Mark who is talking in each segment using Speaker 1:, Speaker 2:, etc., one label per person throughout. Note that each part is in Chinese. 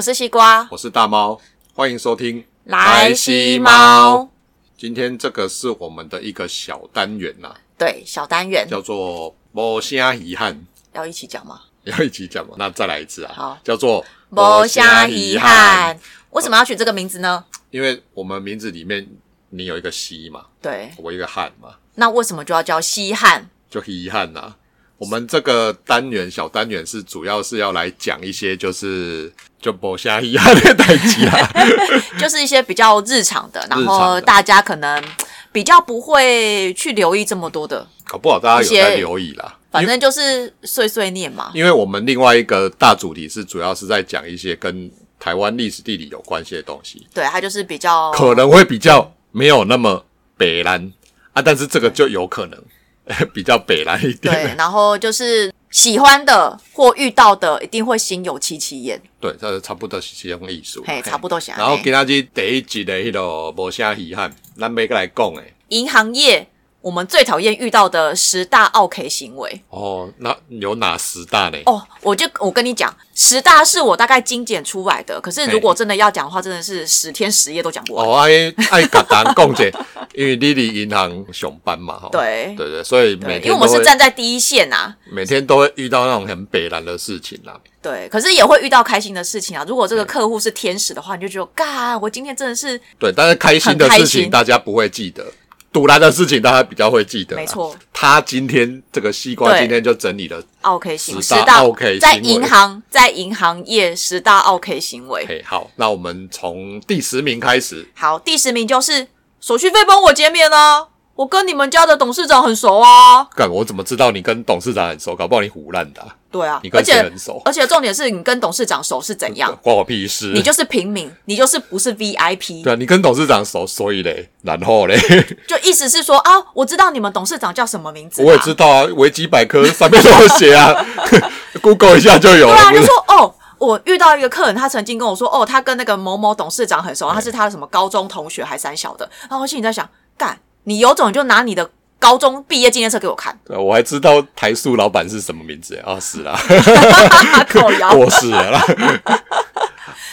Speaker 1: 是西瓜，
Speaker 2: 我是大猫，欢迎收听
Speaker 1: 来西猫。。
Speaker 2: 今天这个是我们的一个小单元呐、
Speaker 1: 对，小单元
Speaker 2: 叫做“无虾遗憾
Speaker 1: 要一起讲吗？”，
Speaker 2: 要一起讲吗？那再来一次啊，
Speaker 1: 好
Speaker 2: 叫做“
Speaker 1: 无虾遗憾，，为什么要取这个名字呢？”，
Speaker 2: 因为我们名字里面你有一个“西”嘛，
Speaker 1: 对，
Speaker 2: 我一个“汉”嘛，
Speaker 1: 那为什么就要叫稀罕？
Speaker 2: 就遗憾呐、啊我们这个单元小单元是主要是要来讲一些就是就无虾遗憾的代际啊，
Speaker 1: 就是一些比较日常的，然
Speaker 2: 日常
Speaker 1: 后
Speaker 2: 的
Speaker 1: 大家可能比较不会去留意这么多的，
Speaker 2: 搞不好大家有
Speaker 1: 一些
Speaker 2: 在留意啦。
Speaker 1: 反正就是碎碎念嘛。
Speaker 2: 因为我们另外一个大主题是主要是在讲一些跟台湾历史地理有关系的东西，
Speaker 1: 对，它就是比较
Speaker 2: 可能会比较没有那么北蓝啊，但是这个就有可能 比较北蓝一
Speaker 1: 对
Speaker 2: 点。，
Speaker 1: 然后就是喜欢的或遇到的，一定会心有戚戚焉。
Speaker 2: 对，这差不多是这种艺术。
Speaker 1: 嘿，差不多想。
Speaker 2: 然后今仔日第一集的迄落无啥遗憾，咱要过来讲诶。
Speaker 1: 银行业，我们最讨厌遇到的十大 OK 行为
Speaker 2: 哦，那有哪十大呢？
Speaker 1: 哦。我就我跟你讲，十大是我大概精简出来的，可是如果真的要讲的话，真的是十天十夜都讲不完。
Speaker 2: 哦，爱爱甲人 讲者，因为你伫银行上班嘛，吼。
Speaker 1: 对
Speaker 2: 对对，所以每
Speaker 1: 对，
Speaker 2: 天
Speaker 1: 因为我们
Speaker 2: 都
Speaker 1: 是
Speaker 2: 会
Speaker 1: 站在第一线啊，
Speaker 2: 每天都会遇到那种很北蓝的事情啦。
Speaker 1: 对，可是也会遇到开心的事情啊。如果这个客户是天使的话，你就觉得，干，我今天真的是
Speaker 2: 对，但是开心的
Speaker 1: 很
Speaker 2: 事
Speaker 1: 开
Speaker 2: 情
Speaker 1: 心
Speaker 2: 大家不会记得，堵然的事情大家比较会记得。
Speaker 1: 没，错
Speaker 2: 他今天这个西瓜
Speaker 1: 对
Speaker 2: 今天就整理了，
Speaker 1: OK 行
Speaker 2: 十
Speaker 1: 十
Speaker 2: 大
Speaker 1: 大
Speaker 2: OK
Speaker 1: 在
Speaker 2: 行为
Speaker 1: 银行在银行业十大 OK 行为。
Speaker 2: 嘿，好，那我们从第十名开始。
Speaker 1: 好，第十名就是手续费帮我减免啊，我跟你们家的董事长很熟啊。
Speaker 2: 干，我怎么知道你跟董事长很熟？搞不好你胡乱的啊、
Speaker 1: 对啊
Speaker 2: 你，跟
Speaker 1: 而
Speaker 2: 谁
Speaker 1: 且
Speaker 2: 很熟？
Speaker 1: 而且重点是你跟董事长熟是怎样？
Speaker 2: 关我屁事！
Speaker 1: 你就是平民，你就是不是 VIP，
Speaker 2: 对啊，你跟董事长熟，所以嘞，然后 嘞，
Speaker 1: 就意思是说啊，我知道你们董事长叫什么名字、啊，
Speaker 2: 我也知道啊，维基百科上面都有写啊 ，Google 一下就
Speaker 1: 对
Speaker 2: 有了。
Speaker 1: 啊，
Speaker 2: 不
Speaker 1: 就是说哦，我遇到一个客人，他曾经跟我说，哦，他跟那个某某董事长很熟，他是他的什么高中同学还三小的，然后我心里在想，干，你有种你就拿你的高中毕业纪念册给我 看，
Speaker 2: 对啊我还知道台塑老板是什么名字啊？是啦，
Speaker 1: 靠腰。
Speaker 2: 过世 了啦。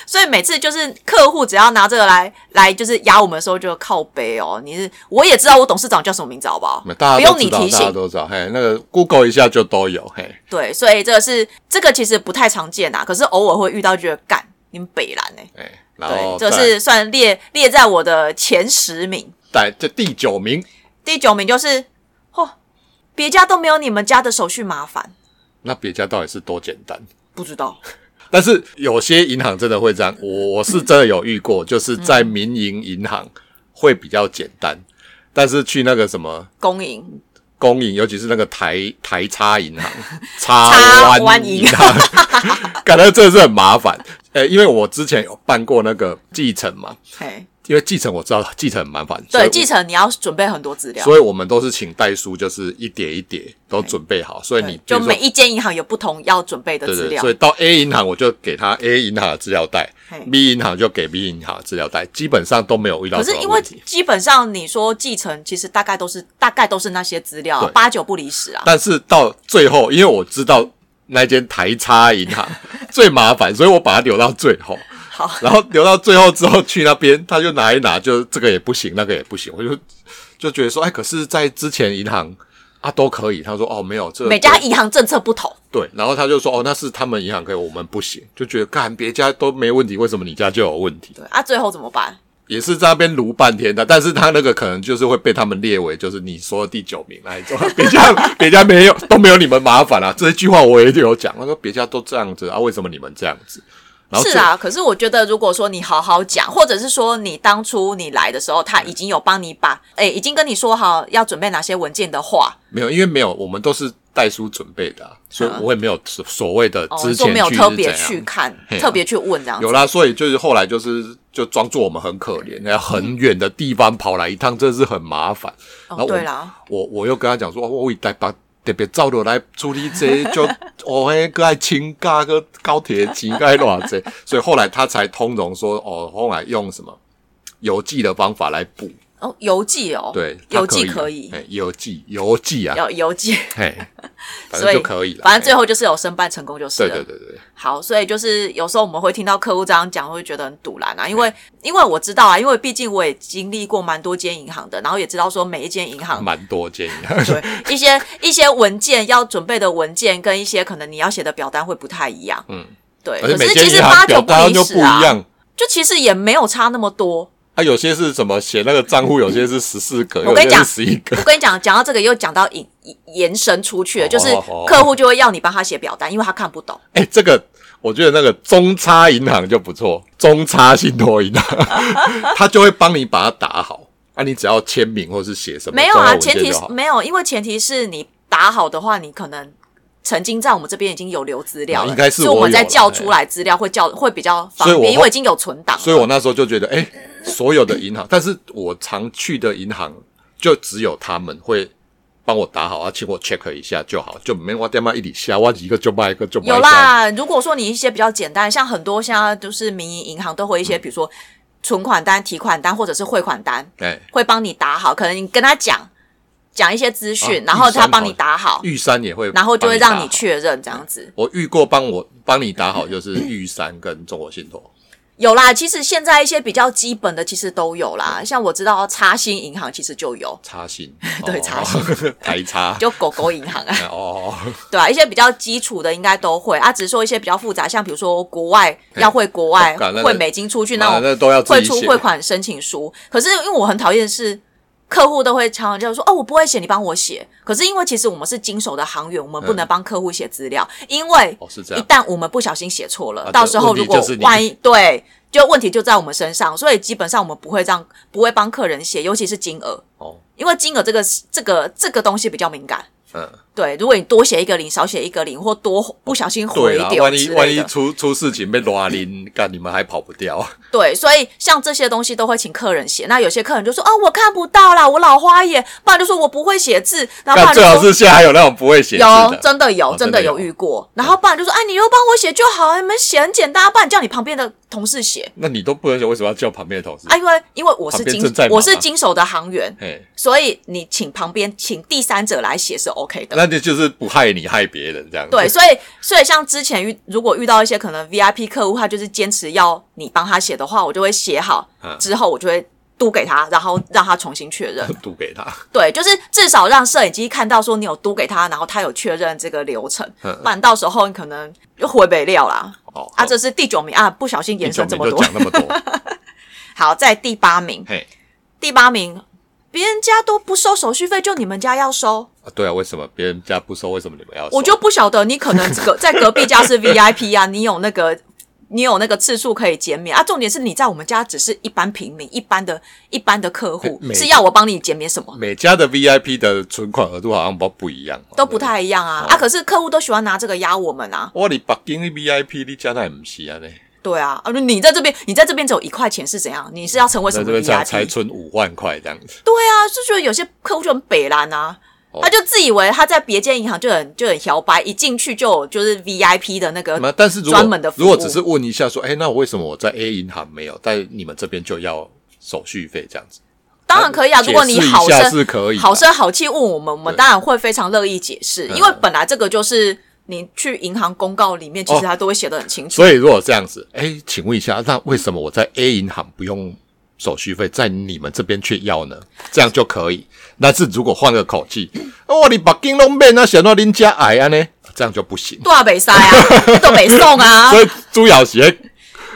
Speaker 1: 所以每次就是客户只要拿这个来来就是压我们的时候，就靠背哦。你是我也知道我董事长叫什么名字，好不好
Speaker 2: 没？大
Speaker 1: 不
Speaker 2: 家
Speaker 1: 用
Speaker 2: 都知
Speaker 1: 你
Speaker 2: 道，
Speaker 1: 提
Speaker 2: 大家
Speaker 1: 醒。
Speaker 2: 都知道，嘿，那个 Google 一下就都有，嘿，
Speaker 1: 对，所以这个是这个其实不太常见啊，可是偶尔会遇到，觉得干你们北蓝哎、
Speaker 2: 哎，然后
Speaker 1: 对，这
Speaker 2: 再
Speaker 1: 是算列列在我的前十名。
Speaker 2: 在这第九名，
Speaker 1: 第九名就是，嚯，别家都没有你们家的手续麻烦，
Speaker 2: 那别家到底是多简单？
Speaker 1: 不知道。
Speaker 2: 但是有些银行真的会这样，我我是真的有遇
Speaker 1: 嗯
Speaker 2: 过，就是在民营银行会比较简单，但是去那个什么
Speaker 1: 公营
Speaker 2: 公营，尤其是那个台台差银 行、
Speaker 1: 叉
Speaker 2: 叉
Speaker 1: 湾
Speaker 2: 湾
Speaker 1: 银
Speaker 2: 银行， 感觉真的是很麻烦。呃、因为我之前有办过那个继承嘛，
Speaker 1: 嘿，
Speaker 2: 因为继承我知道继承很麻烦，所以
Speaker 1: 对，
Speaker 2: 我
Speaker 1: 继承你要准备很多资料，
Speaker 2: 所以我们都是请代书，就是一叠一叠都准备好。所以你
Speaker 1: 对就
Speaker 2: 比如说
Speaker 1: 每一间银行有不同要准备的
Speaker 2: 对
Speaker 1: 资
Speaker 2: 对，
Speaker 1: 料
Speaker 2: 所。以到 A 银行我就给他 A 银行的资料袋
Speaker 1: 嘿
Speaker 2: ，B 银行就给 B 银行的资料袋，基本上都没有遇到
Speaker 1: 可
Speaker 2: 什
Speaker 1: 是
Speaker 2: 么
Speaker 1: 因为
Speaker 2: 问题。
Speaker 1: 基本上你说继承，其实大概都是大概都是那些资料啊
Speaker 2: 对，
Speaker 1: 八九不离十啊。
Speaker 2: 但是到最后，因为我知道那间台差银 行最麻烦，所以我把它留到最后。
Speaker 1: 好，
Speaker 2: 然后留到最后之后去那边，他就拿一拿，就这个也不行，那个也不行，我就就觉得说，哎，可是，在之前银行啊都可以，他说哦没有，这个
Speaker 1: 每
Speaker 2: 都
Speaker 1: 家银行政策不同，
Speaker 2: 对，然后他就说：“哦，那是他们银行可以，我们不行。”就觉得干别家都没问题，为什么你家就有问题？
Speaker 1: 对啊，最后怎么办？
Speaker 2: 也是在那边撸半天的，但是他那个可能就是会被他们列为就是你说的第九名那一种，别家别家没有都没有你们麻烦啊。这一句话我也有讲，他说别家都这样子啊，为什么你们这样子？然后
Speaker 1: 是
Speaker 2: 最，
Speaker 1: 啊，可是我觉得，如果说你好好讲，或者是说你当初你来的时候，他已经有帮你把，诶，已经跟你说好要准备哪些文件的话，
Speaker 2: 没有，因为没有，我们都是代书准备的、啊，所以我也没有所所谓的
Speaker 1: 嗯哦，
Speaker 2: 之
Speaker 1: 就
Speaker 2: 前
Speaker 1: 没有
Speaker 2: 去
Speaker 1: 特
Speaker 2: 是
Speaker 1: 别
Speaker 2: 怎样
Speaker 1: 去看
Speaker 2: 嘿，啊
Speaker 1: 特别去问这样子。
Speaker 2: 有啦，所以就是后来就是就装作我们很可
Speaker 1: 嗯
Speaker 2: 怜，然后很远的地方跑来一趟，真的是很麻烦。然后
Speaker 1: 哦，
Speaker 2: 我
Speaker 1: 对啦，
Speaker 2: 我我又跟他讲说，哦我一代把特别照落来处理这个就 哦嘿，个爱请假个高铁钱该偌 济，所以后来他才通融说，哦，后来用什么邮寄的方法来补，
Speaker 1: 哦，邮寄哦，
Speaker 2: 对，
Speaker 1: 邮寄
Speaker 2: 他可
Speaker 1: 以，
Speaker 2: 哎邮寄邮寄啊，
Speaker 1: 要邮寄。
Speaker 2: 嘿，
Speaker 1: 所
Speaker 2: 反正
Speaker 1: 以
Speaker 2: 就可以了。
Speaker 1: 反正最
Speaker 2: 后
Speaker 1: 后就是有申办成功就是
Speaker 2: 对
Speaker 1: 了。
Speaker 2: 对对对，
Speaker 1: 好，所以就是有时候我们会听到客户这样讲，会觉得很堵然啊，因为因为我知道啊，因为毕竟我也经历过蛮多间银行的，然后也知道说每一间银 行
Speaker 2: 蛮多建议。
Speaker 1: 对一些一些文件要准备的文件跟一些可能你要写的表单会不太一样，
Speaker 2: 嗯，
Speaker 1: 对。
Speaker 2: 而且
Speaker 1: 可
Speaker 2: 每
Speaker 1: 是
Speaker 2: 间
Speaker 1: 其实
Speaker 2: 银
Speaker 1: 八
Speaker 2: 行
Speaker 1: 九
Speaker 2: 表单
Speaker 1: 离
Speaker 2: 就不
Speaker 1: 十
Speaker 2: 一
Speaker 1: 啊，
Speaker 2: 样，
Speaker 1: 就其实也没有差那么多。
Speaker 2: 啊，有些是怎么写那个账户，有些是十四个，
Speaker 1: 我
Speaker 2: 有
Speaker 1: 跟你
Speaker 2: 些
Speaker 1: 讲
Speaker 2: 是十一个
Speaker 1: 我。跟你讲，讲到这个又讲到引引延伸出去了，
Speaker 2: 哦
Speaker 1: 就是
Speaker 2: 哦哦
Speaker 1: 客户就会要你帮他写表单，因为他看不懂。
Speaker 2: 哎、这个我觉得那个中差银行就不错，中差信托银行， 他就会帮你把它打好。啊，你只要签名或是写什么
Speaker 1: 没有啊，
Speaker 2: 重
Speaker 1: 前
Speaker 2: 要文
Speaker 1: 提
Speaker 2: 件就是好。
Speaker 1: 没有，因为前提是你打好的话，你可能曾经在我们这边已经有留资料了，
Speaker 2: 啊应该是
Speaker 1: 所以我
Speaker 2: 我
Speaker 1: 们
Speaker 2: 有
Speaker 1: 在
Speaker 2: 了
Speaker 1: 叫
Speaker 2: 嘿
Speaker 1: 出来资料会叫会比较方
Speaker 2: 所以我
Speaker 1: 便，因
Speaker 2: 后
Speaker 1: 为已经有存档了。
Speaker 2: 所以我那时候就觉得，哎、所有的银行，但是我常去的银行就只有他们会帮我打好啊，请我 check 一下就好，就没我他妈一里下，我一个就卖一个就卖一个。
Speaker 1: 有啦，如果说你一些比较简单，像很多现在就是民营银行都会一些，比如说存款单、提款单或者是汇款单，
Speaker 2: 哎、
Speaker 1: 会帮你打好。可能你跟他讲讲一些资讯，
Speaker 2: 啊
Speaker 1: 然后
Speaker 2: 玉山
Speaker 1: 他帮
Speaker 2: 好
Speaker 1: 你打好，
Speaker 2: 玉山也会，
Speaker 1: 然后就会让你
Speaker 2: 去。
Speaker 1: 确认这样子。
Speaker 2: 我遇过帮我帮你打好就是玉山跟中国信托，
Speaker 1: 有啦，其实现在一些比较基本的其实都有啦，像我知道插新银行其实就有，
Speaker 2: 差信 哦
Speaker 1: 对差信
Speaker 2: 台 差
Speaker 1: 就狗狗银行啊，
Speaker 2: 哦，
Speaker 1: 对啊，一些比较基础的应该都会啊，只是说一些比较复杂，像比如说国外
Speaker 2: 嘿
Speaker 1: 要汇国外
Speaker 2: 哦干那个
Speaker 1: 汇美金出去那
Speaker 2: 妈
Speaker 1: 种
Speaker 2: 的那都要自
Speaker 1: 汇
Speaker 2: 己
Speaker 1: 出
Speaker 2: 写
Speaker 1: 汇款申请书。可是因为我很讨厌的是，客户都会常常就说：“哦，我不会写，你帮我写。”可是因为其实我们是经手的行员，我们不
Speaker 2: 嗯
Speaker 1: 能帮客户写资料，因为
Speaker 2: 哦是这
Speaker 1: 一
Speaker 2: 样，
Speaker 1: 旦我们不小心写错了，
Speaker 2: 啊
Speaker 1: 到时候
Speaker 2: 问题
Speaker 1: 如果
Speaker 2: 就是你
Speaker 1: 万一对，就问题就在我们身上。所以基本上我们不会让不会帮客人写，尤其是金额，
Speaker 2: 哦，
Speaker 1: 因为金额这个这个这个东西比较敏感。
Speaker 2: 嗯，
Speaker 1: 对，如果你多写一个零，少写一个零，或多不小心
Speaker 2: 对
Speaker 1: 回
Speaker 2: 啦，
Speaker 1: 丢
Speaker 2: 万一
Speaker 1: 之
Speaker 2: 万
Speaker 1: 类
Speaker 2: 一
Speaker 1: 的，
Speaker 2: 出出事情被拉拎，干你们还跑不掉，
Speaker 1: 对，所以像这些东西都会请客人写。那有些客人就说：“啊，我看不到啦，我老花眼。”不然就说我不会写字，然后不
Speaker 2: 干
Speaker 1: 然就
Speaker 2: 最好
Speaker 1: 说
Speaker 2: 是现在还有那种不会写字
Speaker 1: 有
Speaker 2: 的，
Speaker 1: 真的有、
Speaker 2: 哦
Speaker 1: 真
Speaker 2: 真
Speaker 1: 的
Speaker 2: 的
Speaker 1: 有
Speaker 2: 有嗯
Speaker 1: 遇过，然后不然就说：“哎，你又帮我写就好，你们写很简单，不然叫你旁边的同事写
Speaker 2: 那你都不能写，为什么要叫旁边的同事
Speaker 1: 啊，？因为因为我是
Speaker 2: 旁边
Speaker 1: 经
Speaker 2: 正在忙啊
Speaker 1: 我是经手的行员，
Speaker 2: 嘿，
Speaker 1: 所以你请旁边请第三者来写是 OK 的。”
Speaker 2: 那就就是不害你害别人这样，
Speaker 1: 对，，所以所以像之前遇如果遇到一些可能 VIP 客户，他就是坚持要你帮他写的话，我就会写好，
Speaker 2: 嗯
Speaker 1: 之后我就会嘟给他，然后让他重新确认。
Speaker 2: 赌给他，
Speaker 1: 对，就是至少让摄影机看到说你有嘟给他，然后他有确认这个流程，
Speaker 2: 嗯
Speaker 1: 不然到时候你可能又回北料啦。
Speaker 2: 哦，
Speaker 1: 啊，这是第九名啊，不小心
Speaker 2: 你
Speaker 1: 延伸这么
Speaker 2: 就
Speaker 1: 多。
Speaker 2: 讲那 么多，
Speaker 1: 好，在第八名，
Speaker 2: 嘿，
Speaker 1: 第八名，别人家都不收手续费，就你们家要收。
Speaker 2: 啊对啊，为什么别人家不收，为什么你们要收？
Speaker 1: 我就不晓得你可能 隔在隔壁家是 VIP 啊，你有那个你有那个次数可以减免啊。重点是你在我们家只是一般平民、一般的、一般的客户，
Speaker 2: 每
Speaker 1: 是要我帮你减免什么？
Speaker 2: 每家的 VIP 的存款额度好像不不一样，
Speaker 1: 都不太一样啊、
Speaker 2: 哦
Speaker 1: 啊！可是客户都喜欢拿这个压我们啊，
Speaker 2: 我你北京的 VIP，你加那也不是啊呢？
Speaker 1: 对啊，啊你在这边你在这边只有一块钱是怎样？你是要成为什
Speaker 2: 在
Speaker 1: 么
Speaker 2: 这边才才
Speaker 1: VIP？
Speaker 2: 存五万块这样子，
Speaker 1: 对啊，就觉得有些客户就很北蓝啊。
Speaker 2: 哦
Speaker 1: 他就自以为他在别间银行就很就很摇摆，一进去就有就是 VIP 的那个
Speaker 2: 那但是
Speaker 1: 呃
Speaker 2: 如
Speaker 1: 专门的
Speaker 2: 果
Speaker 1: 服务
Speaker 2: 如果只是问一下说，哎、那我为什么我在 A 银行没有，在你们这边就要手续费这样子？
Speaker 1: 当然可以啊，如果你好
Speaker 2: 解释一下
Speaker 1: 生
Speaker 2: 是可以的
Speaker 1: 好声好气问我们，我们
Speaker 2: 对
Speaker 1: 当然会非常乐意解释，
Speaker 2: 嗯
Speaker 1: 因为本来这个就是你去银行公告里面，其实
Speaker 2: 哦
Speaker 1: 它都会写的很清楚。
Speaker 2: 所以如果这样子，哎、请问一下，那为什么我在 A 银行不用手续费，在你们这边却要呢？这样就可以。但是如果换个口气，哦，你北京拢变那显到恁家矮啊呢，这样就不行。
Speaker 1: 多少北塞 啊，都北送啊，
Speaker 2: 所以主要是那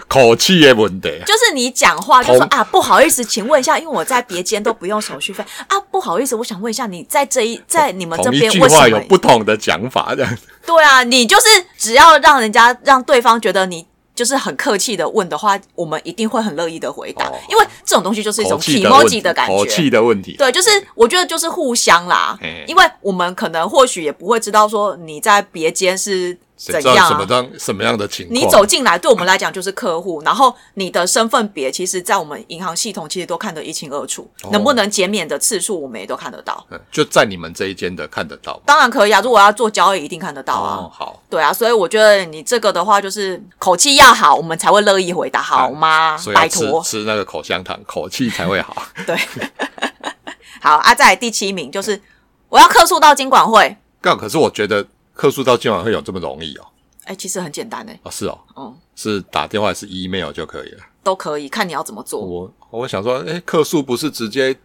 Speaker 2: 口气的问题。
Speaker 1: 就是你讲话就说
Speaker 2: 同
Speaker 1: 啊，不好意思，请问一下，因为我在别间都不用手续费啊，不好意思，我想问一下，你在这一在你们这
Speaker 2: 同一
Speaker 1: 边
Speaker 2: 句
Speaker 1: 为
Speaker 2: 话
Speaker 1: 什
Speaker 2: 有
Speaker 1: 么？
Speaker 2: 不同的讲法，这样子
Speaker 1: 对啊，你就是只要让人家让对方觉得你。就是很客气的问的话，我们一定会很乐意的回答，
Speaker 2: 哦
Speaker 1: 因为这种东西就是一种
Speaker 2: 口
Speaker 1: e
Speaker 2: 气
Speaker 1: m
Speaker 2: 问
Speaker 1: o
Speaker 2: 题
Speaker 1: j 的感觉，
Speaker 2: 口气的问题。
Speaker 1: 对，就是我觉得就是互相啦
Speaker 2: 嘿，
Speaker 1: 因为我们可能或许也不会知道说你在别间是
Speaker 2: 谁
Speaker 1: 怎
Speaker 2: 知道
Speaker 1: 样
Speaker 2: 什么
Speaker 1: 啊、
Speaker 2: 样什么样的情况？
Speaker 1: 你走进来，对我们来讲就是客户，然后你的身份别，其实，在我们银行系统其实都看得一清二楚，
Speaker 2: 哦
Speaker 1: 能不能减免的次数，我们也都看得到。
Speaker 2: 嗯就在你们这一间的看得到吗？
Speaker 1: 当然可以啊，如果要做交易，一定看得到啊。
Speaker 2: 哦，好，
Speaker 1: 对啊，所以我觉得你这个的话，就是口气要好，我们才会乐意回答，好吗？
Speaker 2: 哎所以
Speaker 1: 啊拜
Speaker 2: 要吃
Speaker 1: 托，
Speaker 2: 吃那个口香糖，口气才 会好。
Speaker 1: 对，好啊，再来第七名就是我要客诉到经管会，
Speaker 2: 干，可是我觉得客诉到今晚会有这么容易哦？
Speaker 1: 哎、其实很简单哎、
Speaker 2: 啊，是哦，
Speaker 1: 嗯，
Speaker 2: 是打电话还是 email 就可以了。
Speaker 1: 都可以，看你要怎么做。
Speaker 2: 我我想说，哎，客诉不是直接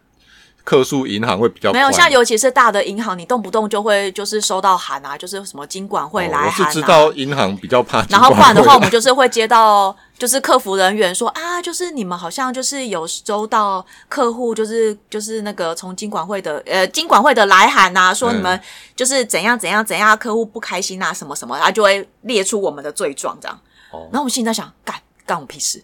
Speaker 2: 客诉银行会比较
Speaker 1: 没有
Speaker 2: 快吗
Speaker 1: 像尤其是大的银行，你动不动就会就是收到函啊，就是什么金管会
Speaker 2: 哦
Speaker 1: 来
Speaker 2: 我
Speaker 1: 函
Speaker 2: 是
Speaker 1: 啊。
Speaker 2: 知道银行比较怕金
Speaker 1: 然
Speaker 2: 管
Speaker 1: 后
Speaker 2: 会来，
Speaker 1: 不然的话，我们就是会接到就是客服人员说啊，就是你们好像就是有收到客户就是就是那个从金管会的呃金管会的来函呐、说
Speaker 2: 嗯
Speaker 1: 你们就是怎样怎样怎样，客户不开心啊什么什么，他就会列出我们的罪状这样。
Speaker 2: 哦
Speaker 1: 然后我们心里在想，干干我屁事！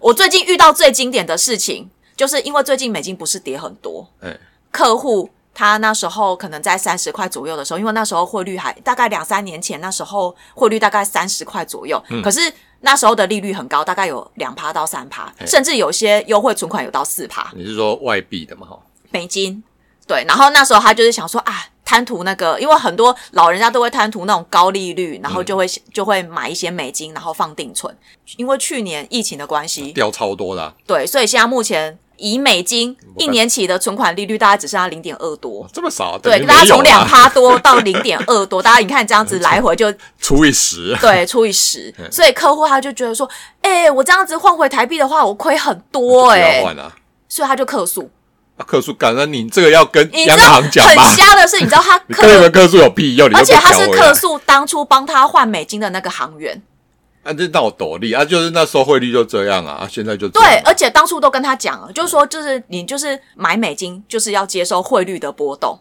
Speaker 1: 我最近遇到最经典的事情，就是因为最近美金不是跌很多，
Speaker 2: 哎
Speaker 1: 客户他那时候可能在三十块左右的时候，因为那时候汇率还大概两三年前，那时候汇率大概三十块左右，可是那时候的利率很高，大概有两趴到三趴，
Speaker 2: 嘿
Speaker 1: 甚至有些优惠存款有到四趴
Speaker 2: 你是说外币的嘛？哈，
Speaker 1: 美金。对，然后那时候他就是想说啊，贪图那个，因为很多老人家都会贪图那种高利率，然后就会、就会买一些美金，然后放定存。因为去年疫情的关系，
Speaker 2: 掉超多啊啦、
Speaker 1: 对，所以现在目前以美金
Speaker 2: 我
Speaker 1: 一
Speaker 2: 看
Speaker 1: 年期的存款利率大概只剩下零点二多
Speaker 2: 哦，这么少，等
Speaker 1: 对，
Speaker 2: 于
Speaker 1: 大家
Speaker 2: 没有
Speaker 1: 从两
Speaker 2: 啊
Speaker 1: 趴多到零点二多，大家你看这样子来回就
Speaker 2: 除以十，
Speaker 1: 对除以 十，
Speaker 2: 嗯
Speaker 1: 所以客户他就觉得说，哎、我这样子换回台币的话，我亏很多
Speaker 2: 就不
Speaker 1: 哎、
Speaker 2: 要换啊。
Speaker 1: 所以他就客诉。
Speaker 2: 啊，客诉感恩你这个要跟
Speaker 1: 你知
Speaker 2: 央
Speaker 1: 道
Speaker 2: 行
Speaker 1: 很
Speaker 2: 讲吧？
Speaker 1: 瞎的是，你知道他
Speaker 2: 你
Speaker 1: 客
Speaker 2: 跟你们客诉有屁用？你又
Speaker 1: 而且
Speaker 2: 被
Speaker 1: 他
Speaker 2: 调
Speaker 1: 是
Speaker 2: 回来
Speaker 1: 客诉当初帮他换美金的那个行员，
Speaker 2: 啊，这闹斗笠啊，就是那时候汇率就这样啊，啊现在就这
Speaker 1: 对，
Speaker 2: 样啊
Speaker 1: 而且当初都跟他讲了，就是说，就是你就是买美金，就是要接受汇率的波动。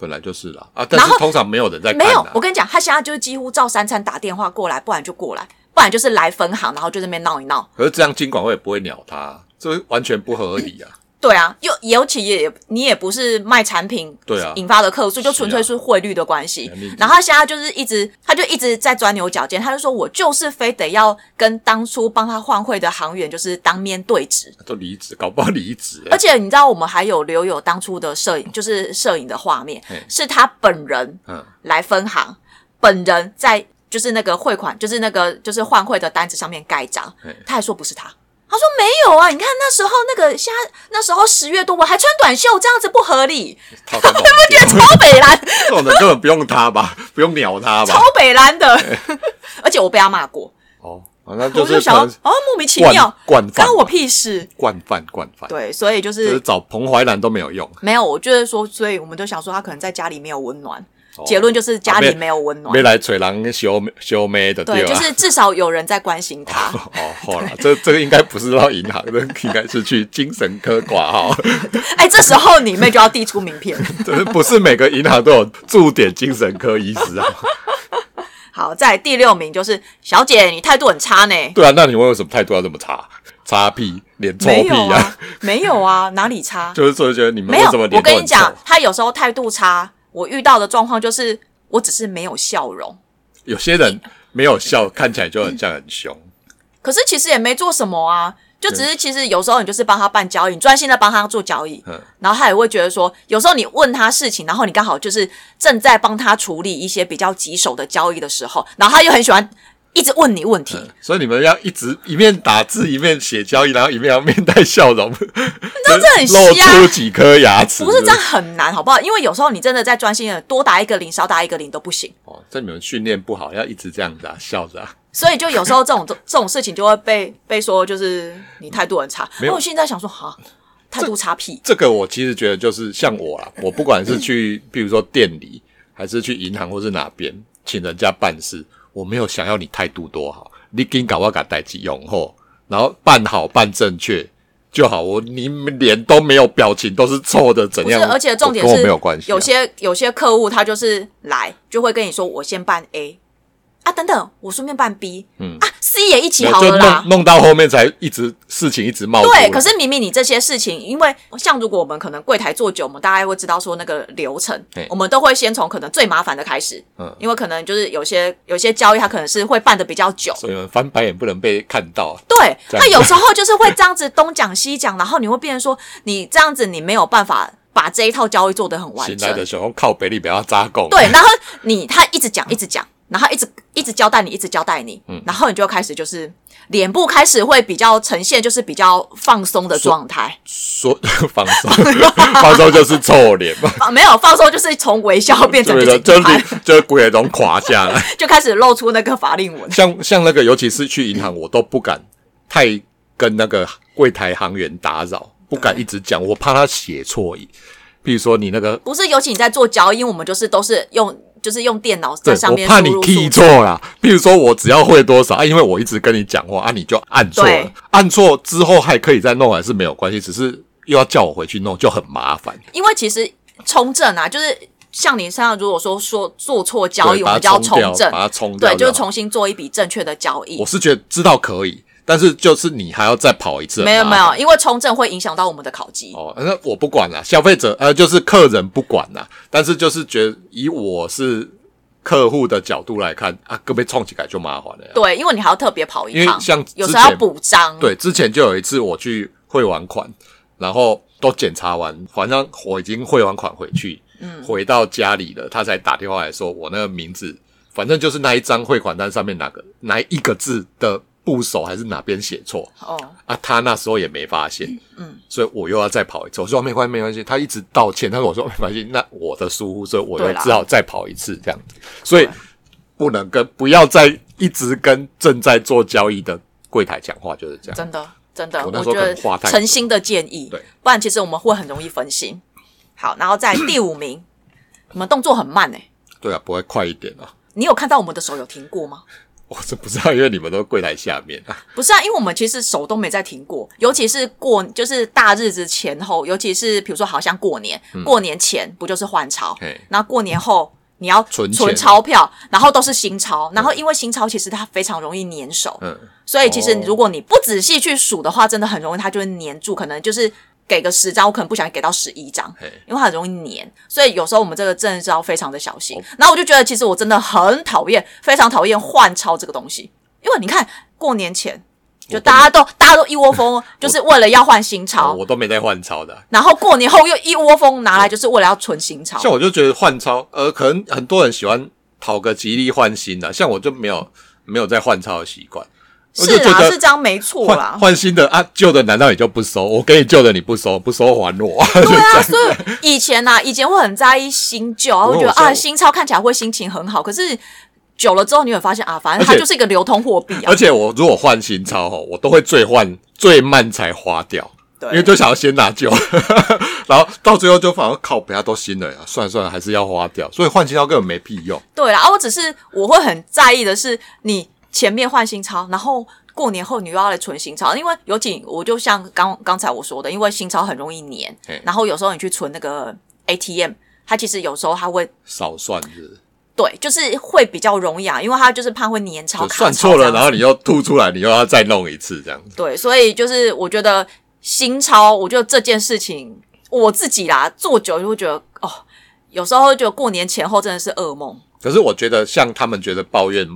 Speaker 2: 本来就是啦啊，但
Speaker 1: 然
Speaker 2: 是
Speaker 1: 后
Speaker 2: 通常没有人在看啊
Speaker 1: 没有
Speaker 2: 的，
Speaker 1: 我跟你讲，他现在就是几乎照三餐打电话过来，不然就过来，不然就是来分行，然后就在那边闹一闹。
Speaker 2: 可是这样金管会也不会鸟他，这完全不合理 啊！
Speaker 1: 对啊，又尤其也你也不是卖产品，
Speaker 2: 对啊
Speaker 1: 引发的客诉就纯
Speaker 2: 是
Speaker 1: 粹
Speaker 2: 啊
Speaker 1: 是汇率的关系。
Speaker 2: 能理解
Speaker 1: 然后他现在就是一直，他就一直在钻牛角尖，他就说我就是非得要跟当初帮他换汇的行员就是当面对质。
Speaker 2: 都离职，搞不好离职、
Speaker 1: 而
Speaker 2: 欸，
Speaker 1: 且你知道，我们还有留有当初的摄影，就是摄影的画面
Speaker 2: 嘿，
Speaker 1: 是他本人
Speaker 2: 嗯，
Speaker 1: 来分行，本人在就是那个汇款，就是那个就是换汇的单子上面盖章
Speaker 2: 嘿，
Speaker 1: 他还说不是他。他说没有啊，你看那时候那个现在那时候十月多，我还穿短袖，这样子不合 理，
Speaker 2: 套餐保 险
Speaker 1: 超北蓝，
Speaker 2: 这种人根本不用他吧，不用鸟他吧
Speaker 1: 超？北蓝的， 而且我被他骂过，
Speaker 2: 哦，啊那
Speaker 1: 我
Speaker 2: 是
Speaker 1: 想
Speaker 2: 可
Speaker 1: 要
Speaker 2: 能
Speaker 1: 哦莫名其
Speaker 2: 惯
Speaker 1: 妙，
Speaker 2: 惯犯
Speaker 1: 关，我屁事。
Speaker 2: 惯犯，惯犯，
Speaker 1: 对，所以就
Speaker 2: 就是
Speaker 1: 是
Speaker 2: 找彭怀兰都没有用，
Speaker 1: 没有，我就是说，所以我们就想说他可能在家里没有温暖，
Speaker 2: 哦
Speaker 1: 结论就是家
Speaker 2: 啊
Speaker 1: 里
Speaker 2: 没
Speaker 1: 没有温暖
Speaker 2: 没，啊来锤狼修修妹的
Speaker 1: 对，
Speaker 2: 吧？
Speaker 1: 就是至少有人在关心他。
Speaker 2: 哦，好了，这这个应该不是到银行，这应该是去精神科挂号。
Speaker 1: 哎，这时候你妹就要递出名片。
Speaker 2: 这不是每个银行都有驻点精神科医师啊？
Speaker 1: 好，在第六名就是小姐，你态度很差呢。
Speaker 2: 对啊，那你为什么态度要这么差？擦屁，脸臭
Speaker 1: 没
Speaker 2: 屁
Speaker 1: 有
Speaker 2: 啊！
Speaker 1: 啊，没有啊，哪里差？
Speaker 2: 就是说觉得你们
Speaker 1: 没
Speaker 2: 为
Speaker 1: 有，
Speaker 2: 什么脸
Speaker 1: 我
Speaker 2: 都
Speaker 1: 跟
Speaker 2: 很
Speaker 1: 你
Speaker 2: 臭
Speaker 1: 讲，她有时候态度差，我遇到的状况就是，我只是没有笑容，
Speaker 2: 有些人没有笑，看起来就很像很凶。
Speaker 1: 可是其实也没做什么啊，就只是其实有时候你就是帮她办交易，你专心的帮她做交易，
Speaker 2: 嗯，
Speaker 1: 然后她也会觉得说，有时候你问她事情，然后你刚好就是正在帮她处理一些比较棘手的交易的时候，然后她又很喜欢一直问你问题，
Speaker 2: 所以你们要一直一面打字一面写交易，然后一面要面带笑容，你知
Speaker 1: 道这很
Speaker 2: 露
Speaker 1: 瞎
Speaker 2: 出几颗牙齿。
Speaker 1: 不是这样很难，好不好？因为有时候你真的在专心的多打一个零，少打一个零都不行，
Speaker 2: 哦，这你们训练不好，要一直这样子啊，笑着啊。
Speaker 1: 所以就有时候这种 这这种事情就会被被说就是你态度很差。哦
Speaker 2: 没有
Speaker 1: 我现在想说，哈，态度差屁，
Speaker 2: 这个我其实觉得就是像我啦，我不管是去，比如说店里，还是去银行或是哪边请人家办事，我没有想要你态度多好，你给搞我搞代志用后，然后办好办正确就好。我你们脸都没有表情，都是臭的，怎
Speaker 1: 不是？
Speaker 2: 样？
Speaker 1: 而且重点
Speaker 2: 跟
Speaker 1: 是
Speaker 2: 我没有关系啊、
Speaker 1: 有些有些客户他就是来就会跟你说，我先办 A 啊，等等，我顺便办 B，嗯啊，C 也一起
Speaker 2: 没有
Speaker 1: 好
Speaker 2: 就
Speaker 1: 了啦
Speaker 2: 弄。弄到后面才一直事情一直冒出来。
Speaker 1: 对，可是明明你这些事情，因为像如果我们可能柜台做久，我们大概会知道说那个流程
Speaker 2: 对，
Speaker 1: 我们都会先从可能最麻烦的开始，
Speaker 2: 嗯
Speaker 1: 因为可能就是有些有些交易它可能是会办的比较久。
Speaker 2: 所以翻白眼不能被看到。啊
Speaker 1: 对，
Speaker 2: 这样
Speaker 1: 那有时候就是会这样子东讲西讲，然后你会变成说，你这样子你没有办法把这一套交易做得很完
Speaker 2: 醒
Speaker 1: 整
Speaker 2: 来。的时候靠北里不要扎拱。
Speaker 1: 对，然后你他一直讲一直讲，然后一直一直交代你，一直交代你，
Speaker 2: 嗯
Speaker 1: 然后你就开始就是脸部开始会比较呈现就是比较放松的状态，
Speaker 2: 说 放松，放松就是 臭脸嘛，
Speaker 1: 放没有放松就是从微笑变成
Speaker 2: 对
Speaker 1: 自
Speaker 2: 的，
Speaker 1: 己
Speaker 2: 就
Speaker 1: 就
Speaker 2: 脸就鬼都垮下 来。
Speaker 1: 就开始露出那个法令纹。
Speaker 2: 像像那个，尤其是去银行，我都不敢太跟那个柜台行员打扰，不敢一直讲，我怕他写错意。比如说你那个，
Speaker 1: 不是，尤其你在做交易，因为我们就是都是用就是用电脑在
Speaker 2: 对
Speaker 1: 上
Speaker 2: 我
Speaker 1: 面
Speaker 2: 怕你
Speaker 1: 输入
Speaker 2: key
Speaker 1: 数字
Speaker 2: 错啦。比如说我只要会多少啊，因为我一直跟你讲话啊，你就按错了
Speaker 1: 对，
Speaker 2: 按错之后还可以再弄，还是没有关系，只是又要叫我回去弄就很麻烦。
Speaker 1: 因为其实冲正啊，就是像你身上如果说说做错交易，
Speaker 2: 对
Speaker 1: 我
Speaker 2: 把它
Speaker 1: 们就要
Speaker 2: 冲掉
Speaker 1: 正，
Speaker 2: 把它冲掉
Speaker 1: 对，就是
Speaker 2: 就好
Speaker 1: 重新做一笔正确的交易
Speaker 2: 我。是觉得知道可以，但是就是你还要再跑一次，
Speaker 1: 没有
Speaker 2: 很
Speaker 1: 没
Speaker 2: 啊麻烦
Speaker 1: 有，因为冲正会影响到我们的考绩。
Speaker 2: 哦，那我不管啦，消费者呃就是客人不管啦，但是就是觉得以我是客户的角度来看啊，各被冲起来就麻烦了呀。
Speaker 1: 对，因为你还要特别跑一
Speaker 2: 因为
Speaker 1: 趟，
Speaker 2: 像之
Speaker 1: 有时候要
Speaker 2: 前
Speaker 1: 补章。，
Speaker 2: 对，之前就有一次我去汇完款，然后都检查完，反正我已经汇完款回去，嗯，回到家里了，他才打电话来说我那个名字，反正就是那一张汇款单上面哪个哪一个字的部首还是哪边写错，
Speaker 1: 哦，
Speaker 2: 啊，他那时候也没发现，
Speaker 1: 嗯，
Speaker 2: 所以我又要再跑一次。我说没关系，没关系。他一直道歉，他跟我说没关系，那我的疏忽，所以我又
Speaker 1: 对啦
Speaker 2: 只好再跑一次这样子。所以不能跟不要再一直跟正在做交易的柜台讲话，就是这样。
Speaker 1: 真的真的，
Speaker 2: 我
Speaker 1: 我
Speaker 2: 那时候
Speaker 1: 觉
Speaker 2: 可能
Speaker 1: 得
Speaker 2: 话太多
Speaker 1: 诚心的建议，
Speaker 2: 对，
Speaker 1: 不然其实我们会很容易分心。好，然后在第五 名，我们动作很慢诶、欸
Speaker 2: 对啊，不会快一点啊？
Speaker 1: 你有看到我们的手有停过吗？
Speaker 2: 我是不知道，因为你们都是柜台下面啊。
Speaker 1: 不是啊，因为我们其实手都没在停过，尤其是过就是大日子前后，尤其是比如说好像过年，过年前不就是换钞
Speaker 2: 嗯嘿，
Speaker 1: 那过年后你要
Speaker 2: 存钱
Speaker 1: 存钞票，然后都是新钞，然后因为新钞其实它非常容易粘手，
Speaker 2: 嗯，
Speaker 1: 所以其实
Speaker 2: 哦
Speaker 1: 如果你不仔细去数的话，真的很容易它就会粘住，可能就是给个十张，我可能不小心给到十一张
Speaker 2: 嘿，
Speaker 1: 因为它很容易粘，所以有时候我们这个政招非常的小
Speaker 2: 哦
Speaker 1: 心。然后我就觉得，其实我真的很讨厌，非常讨厌换钞这个东西，因为你看过年前就大家都大家都一窝 蜂，哦就是为了要换新
Speaker 2: 啊
Speaker 1: 钞，
Speaker 2: 我都没在换钞的啊、
Speaker 1: 然后过年后又一窝蜂拿来，就是为了要存新钞。
Speaker 2: 像我就觉得换钞，呃，可能很多人喜欢讨个吉利换新的、像我就没有没有在换钞的习惯。我
Speaker 1: 是
Speaker 2: 就觉
Speaker 1: 啊，
Speaker 2: 得
Speaker 1: 是这样没错啦
Speaker 2: 换。换新的啊，旧的难道你就不收？我给你旧的你不收，不收还我。
Speaker 1: 对啊，所以以前呐、啊，以前会很在意新旧，然后
Speaker 2: 不
Speaker 1: 觉
Speaker 2: 过
Speaker 1: 得
Speaker 2: 我说
Speaker 1: 啊，新钞看起来会心情很好，可是久了之后你会发现啊，反正它
Speaker 2: 而且
Speaker 1: 就是一个流通货币啊
Speaker 2: 而。且我如果换新钞吼，我都会最换最慢才花掉，
Speaker 1: 对
Speaker 2: 因为就想要先拿旧， 然后到最后就反而靠北啊它都新了呀，算了算了，还是要花掉，所以换新钞根本没屁用。
Speaker 1: 对啦，啊，我只是我会很在意的是，你前面换新钞，然后过年后你又要来存新钞，因为尤其我就像刚刚才我说的，因为新钞很容易粘
Speaker 2: 嘿，
Speaker 1: 然后有时候你去存那个 ATM，它其实有时候它会。
Speaker 2: 少算日，
Speaker 1: 对，就是会比较容易啊，因为它就是怕会粘钞
Speaker 2: 就
Speaker 1: 卡
Speaker 2: 算
Speaker 1: 钞这
Speaker 2: 错了，
Speaker 1: 样子
Speaker 2: 然后你又吐出来，你又要再弄一次这样子。
Speaker 1: 对，所以就是我觉得新钞，我觉得这件事情我自己啦做久就会觉得哦，有时候会觉得过年前后真的是噩梦。
Speaker 2: 可是我觉得，像他们觉得抱怨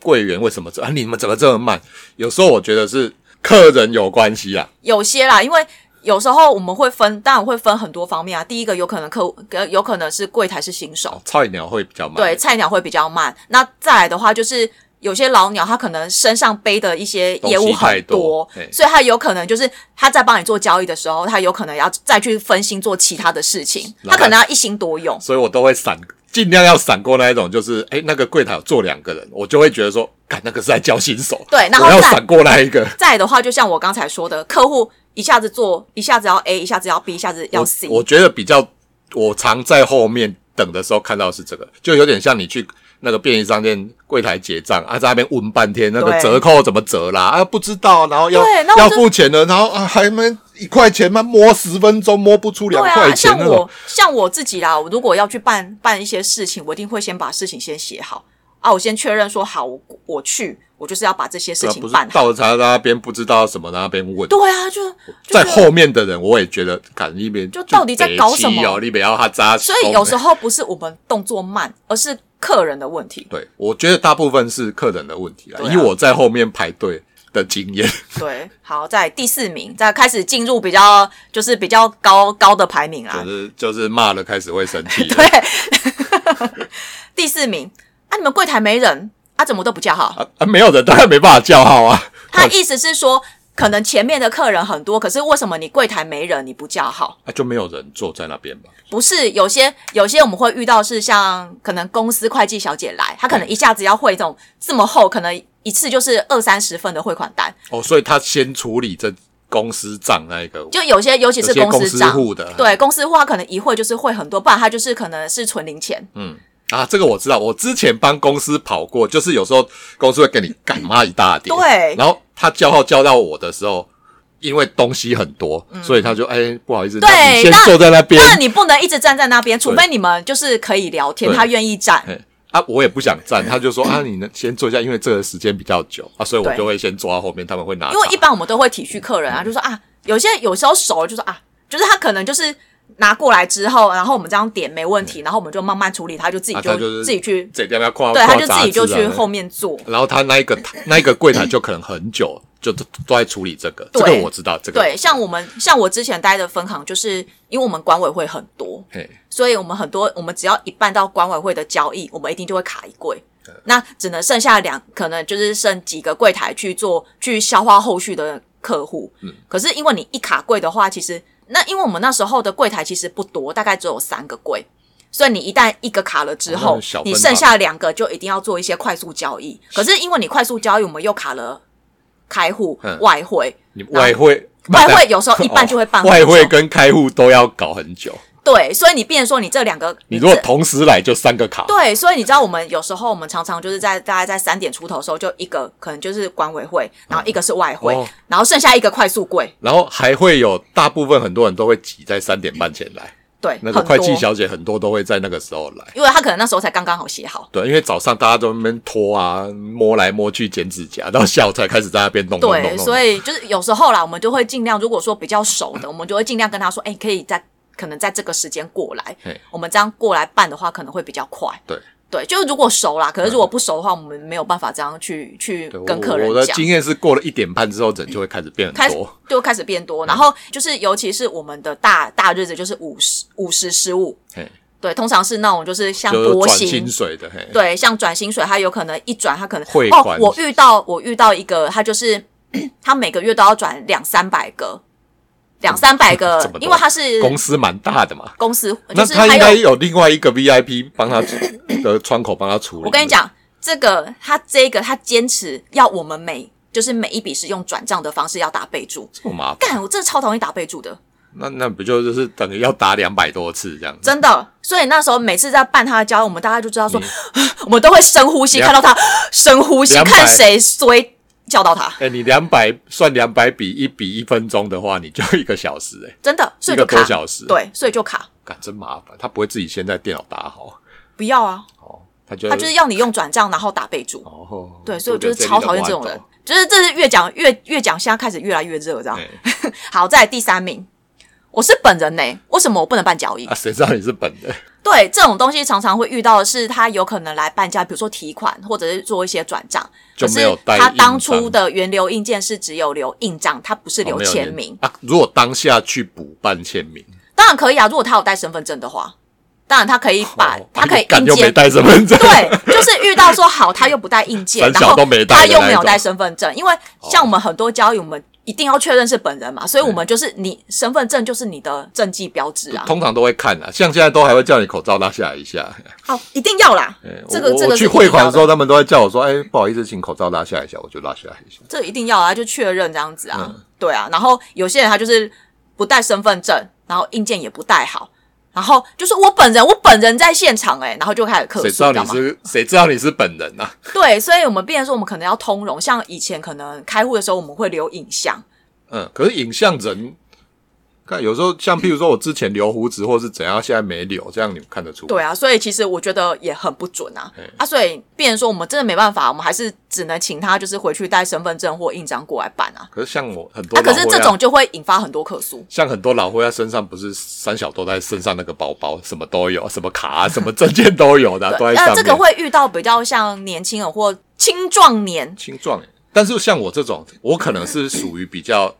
Speaker 2: 柜员为什么这啊，你们怎么这么慢？有时候我觉得是客人有关系啊，
Speaker 1: 有些啦，因为有时候我们会分，当然会分很多方面啊。第一个有可能客户，呃有可能是柜台是新手，
Speaker 2: 菜鸟会比较哦慢。
Speaker 1: 对，菜鸟会比较慢。那再来的话，就是有些老鸟他可能身上背的一些业务
Speaker 2: 东西太
Speaker 1: 很
Speaker 2: 多对
Speaker 1: 所以他有可能就是他在帮你做交易的时候，他有可能要再去分心做其他的事情，他
Speaker 2: 然后
Speaker 1: 可能要一心多用。
Speaker 2: 所以我都会闪，尽量要闪过那一种，就是哎、诶那个柜台有坐两个人，我就会觉得说，看那个是在教新手，
Speaker 1: 对然后
Speaker 2: 我要
Speaker 1: 再
Speaker 2: 闪过那一个。
Speaker 1: 再的话，就像我刚才说的，客户一下子做，一下子要 A，一下子要 B，一下子要
Speaker 2: 我
Speaker 1: C。
Speaker 2: 我觉得比较，我常在后面等的时候看到是这个，就有点像你去那个便利商店柜台结账啊，在那边问半天那个
Speaker 1: 对
Speaker 2: 折扣怎么折啦，啊不知道，然后要
Speaker 1: 对那我
Speaker 2: 要
Speaker 1: 就
Speaker 2: 付钱了，然后啊还没一块钱嘛，摸十分钟摸不出
Speaker 1: 对
Speaker 2: 两块
Speaker 1: 啊，
Speaker 2: 钱
Speaker 1: 像
Speaker 2: 那种。
Speaker 1: 我像我自己啦，我如果要去办办一些事情，我一定会先把事情先写好啊，我先确认说好，我我去，我就是要把这些事
Speaker 2: 对啊
Speaker 1: 情
Speaker 2: 不是
Speaker 1: 办好。
Speaker 2: 倒茶那边不知道什么那边问，
Speaker 1: 对啊，就就
Speaker 2: 在
Speaker 1: 是
Speaker 2: 后面的人，我也觉得，看那边
Speaker 1: 就到底在搞什么
Speaker 2: 哦你不要他扎。
Speaker 1: 所以有时
Speaker 2: 候，
Speaker 1: 候不是我们动作慢，而是客人的问题。
Speaker 2: 对我觉得大部分是客人的问题啊，
Speaker 1: 对啊
Speaker 2: 以我在后面排队的经验，
Speaker 1: 对，好，在第四名，再开始进入比较就是比较高高的排名啦
Speaker 2: 就。是就是骂了开始会生气了，
Speaker 1: 对，第四名，啊，你们柜台没人啊，怎么都不叫号？
Speaker 2: 啊啊，没有人当然没办法叫号啊。
Speaker 1: 他意思是说，可能前面的客人很多，可是为什么你柜台没人，你不叫号？
Speaker 2: 啊，就没有人坐在那边吧？
Speaker 1: 不是有些有些我们会遇到是像可能公司会计小姐来，她可能一下子要汇这种这么厚，可能一次就是二三十份的汇款单，
Speaker 2: 哦，所以他先处理这公司账那一个，
Speaker 1: 就有些尤其是
Speaker 2: 有些公
Speaker 1: 司账
Speaker 2: 户的
Speaker 1: 对公司户她可能一汇就是汇很多，不然她就是可能是存零钱，
Speaker 2: 啊，这个我知道，我之前帮公司跑过，就是有时候公司会给你干妈一大叠，
Speaker 1: 对
Speaker 2: 然后他叫号叫到我的时候，因为东西很多，所以他就哎不好意思，
Speaker 1: 嗯对
Speaker 2: 那你先
Speaker 1: 那
Speaker 2: 坐在那边
Speaker 1: 但你不能一直站在那边，除非你们就是可以聊天，
Speaker 2: 对
Speaker 1: 她愿意站。
Speaker 2: 哎啊，我也不想站，他 就说啊，你能先坐一下，因为这个时间比较久啊，所以我
Speaker 1: 对
Speaker 2: 就会先坐到后面，他们会拿茶，
Speaker 1: 因为一般我们都会体恤客人
Speaker 2: 嗯
Speaker 1: 啊，就说啊，有些有时候熟就说啊，就是他可能就是拿过来之后，然后我们这样点没问题，然后我们就慢慢处理，他就自己就,、
Speaker 2: 嗯啊他就是
Speaker 1: 自己去，
Speaker 2: 这边要跨，
Speaker 1: 对，他
Speaker 2: 跨
Speaker 1: 就
Speaker 2: 杂
Speaker 1: 自己就
Speaker 2: 志啊
Speaker 1: 去后面坐。
Speaker 2: 然后他 那一个那一个柜台就可能很久，就都都在处理这个，这
Speaker 1: 对
Speaker 2: 个我知道，这个
Speaker 1: 对，像我们像我之前待的分行，就是因为我们管委会很多，
Speaker 2: 嘿，
Speaker 1: 所以我们很多我们只要一办到管委会的交易，我们一定就会卡一柜。那只能剩下两，可能就是剩几个柜台去做去消化后续的客户。嗯，可是因为你一卡柜的话，其实那因为我们那时候的柜台其实不多，大概只有三个柜，所以你一旦一个卡了之
Speaker 2: 哦那
Speaker 1: 后
Speaker 2: 很小，分
Speaker 1: 你
Speaker 2: 行
Speaker 1: 剩下两个就一定要做一些快速交易。可是因为你快速交易，我们又卡了开户、
Speaker 2: 嗯
Speaker 1: 外汇，
Speaker 2: 你外汇
Speaker 1: 外汇有时候一办就会办
Speaker 2: 哦外汇跟开户都要搞很久。
Speaker 1: 对，所以你变成说你这两个，
Speaker 2: 你如果
Speaker 1: 这
Speaker 2: 同时来就三个卡，
Speaker 1: 对，所以你知道，我们有时候我们常常就是在大概在三点出头的时候，就一个可能就是管委会，然后一个是外汇，
Speaker 2: 哦
Speaker 1: 然后剩下一个快速柜，
Speaker 2: 然后还会有大部分很多人都会挤在三点半前来，
Speaker 1: 对，
Speaker 2: 那个
Speaker 1: 很多
Speaker 2: 会计小姐很多都会在那个时候来。
Speaker 1: 因为他可能那时候才刚刚好写好，
Speaker 2: 对，因为早上大家都在那边拖啊，摸来摸去剪指甲，到下午才开始在那边弄弄弄
Speaker 1: 对，
Speaker 2: 弄。
Speaker 1: 所以就是有时候啦，我们就会尽量，如果说比较熟的，我们就会尽量跟他说，哎、可以在可能在这个时间过来
Speaker 2: 嘿，
Speaker 1: 我们这样过来办的话，可能会比较快。
Speaker 2: 对
Speaker 1: 对，就是如果熟啦，可是如果不熟的话，我们没有办法这样去去
Speaker 2: 对
Speaker 1: 跟
Speaker 2: 我
Speaker 1: 客人
Speaker 2: 我的
Speaker 1: 讲。
Speaker 2: 经验是过了一点半之后，人就会开始变
Speaker 1: 开
Speaker 2: 很
Speaker 1: 始
Speaker 2: 多。嗯
Speaker 1: 就开始变多，然后就是尤其是我们的大大日子，就是五十五十十五，
Speaker 2: 嘿，
Speaker 1: 对，通常是那种就是像
Speaker 2: 就是
Speaker 1: 波
Speaker 2: 转
Speaker 1: 形
Speaker 2: 薪，水的，嘿，
Speaker 1: 对，像转薪水，他有可能一转，他可能
Speaker 2: 汇
Speaker 1: 哦
Speaker 2: 款，
Speaker 1: 我遇到我遇到一个，他就是 他每个月都要转两三百个，两三百
Speaker 2: 这
Speaker 1: 个
Speaker 2: 么，多
Speaker 1: 因为他是
Speaker 2: 公司蛮大的嘛，
Speaker 1: 公司，
Speaker 2: 那
Speaker 1: 就是
Speaker 2: 他
Speaker 1: 还
Speaker 2: 应该
Speaker 1: 有
Speaker 2: 有另外一个 VIP 帮他 的窗口帮他处理。
Speaker 1: 我跟你，讲，这个他这个他坚持要我们每就是每一笔是用转账的方式要打备注，
Speaker 2: 这么麻烦，
Speaker 1: 干，我真的超讨厌打备注的。
Speaker 2: 那那不就就是等于要打两百多次这样子？
Speaker 1: 真的。所以那时候每次在办他的交易，我们大家就知道说啊
Speaker 2: 你，
Speaker 1: 我们都会深呼吸，
Speaker 2: 两
Speaker 1: 看到他深呼吸，
Speaker 2: 两百
Speaker 1: 看谁追叫到他，
Speaker 2: 哎、你两百算两百比一比一分钟的话，你就一个小时哎、
Speaker 1: 真的，所以
Speaker 2: 一
Speaker 1: 就卡，
Speaker 2: 个多小时，，
Speaker 1: 对，所以就卡，
Speaker 2: 干真麻烦。他不会自己先在电脑打好，
Speaker 1: 不要啊，
Speaker 2: 哦，他就
Speaker 1: 他就是要你用转账，然后打备注，
Speaker 2: 哦，
Speaker 1: 对，所以我就是超讨厌这种人
Speaker 2: 我
Speaker 1: 就
Speaker 2: 觉得，
Speaker 1: 是这是越讲越越讲，现在开始越来越热，这样
Speaker 2: 这。里的弯道。
Speaker 1: 好，再来第三名。我是本人呢、为什么我不能办交易
Speaker 2: 哎啊，？谁知道你是本人？
Speaker 1: 对，这种东西常常会遇到的是，他有可能来办家，比如说提款，或者是做一些转账，
Speaker 2: 就没有
Speaker 1: 可
Speaker 2: 带
Speaker 1: 是他
Speaker 2: 印
Speaker 1: 当初
Speaker 2: 章
Speaker 1: 的原留印件是只有留印章，他不是
Speaker 2: 哦
Speaker 1: 留
Speaker 2: 没有
Speaker 1: 签
Speaker 2: 人
Speaker 1: 名。
Speaker 2: 啊！如果当下去补办签名，
Speaker 1: 当然可以啊，如果他有带身份证的话，当然他可以把、
Speaker 2: 哦
Speaker 1: 他可以
Speaker 2: 啊你干
Speaker 1: 印
Speaker 2: 又没
Speaker 1: 件。
Speaker 2: 带身份 证，
Speaker 1: 对，就是遇到说好，他又不带印件，
Speaker 2: 三
Speaker 1: 然
Speaker 2: 小
Speaker 1: 后
Speaker 2: 都没带
Speaker 1: 他
Speaker 2: 的
Speaker 1: 又
Speaker 2: 那
Speaker 1: 没
Speaker 2: 一
Speaker 1: 有
Speaker 2: 种哦
Speaker 1: 带身份证，因为像我们很多交易，我们一定要确认是本人嘛，所以我们就是你身份证就是你的政绩标志啊，
Speaker 2: 通常都会看啊，像现在都还会叫你口罩拉下来一 下。
Speaker 1: 好，一定要啦
Speaker 2: 哎，
Speaker 1: 这个
Speaker 2: 我
Speaker 1: 这
Speaker 2: 我
Speaker 1: 个是
Speaker 2: 去
Speaker 1: 一定
Speaker 2: 汇款
Speaker 1: 要
Speaker 2: 的时候，他们都会叫我说：“哎，不好意思，请口罩拉下来一下。”我就拉下来一 下。
Speaker 1: 这一定要啊，就确认这样子啊，
Speaker 2: 嗯
Speaker 1: 对啊。然后有些人他就是不带身份证，然后硬件也不带好，然后就说我本人，我本人在现场哎、欸然后就开始客诉，
Speaker 2: 谁知道
Speaker 1: 你
Speaker 2: 你
Speaker 1: 知道吗
Speaker 2: 是 谁知道你是本人啊？
Speaker 1: 对，所以我们变成说我们可能要通融，像以前可能开户的时候我们会留影像，
Speaker 2: 嗯，可是影像人，看有时候像譬如说我之前留胡子或是怎样，现在没留，这样你们看得出。
Speaker 1: 对啊，所以其实我觉得也很不准啊
Speaker 2: 嗯，
Speaker 1: 啊，所以变成说我们真的没办法，我们还是只能请他就是回去带身份证或印章过来办啊，
Speaker 2: 可是像我很多
Speaker 1: 啊，
Speaker 2: 老
Speaker 1: 可
Speaker 2: 灰
Speaker 1: 是这种就会引发很多客诉。
Speaker 2: 像很多老灰啊，身上不是三小都在身上那个包包，什么都有，什么卡、啊、什么证件都有的啊、都在上
Speaker 1: 那呃
Speaker 2: 面。
Speaker 1: 这个会遇到比较像年轻人或青壮年
Speaker 2: 青壮欸，但是像我这种，我可能是属于比较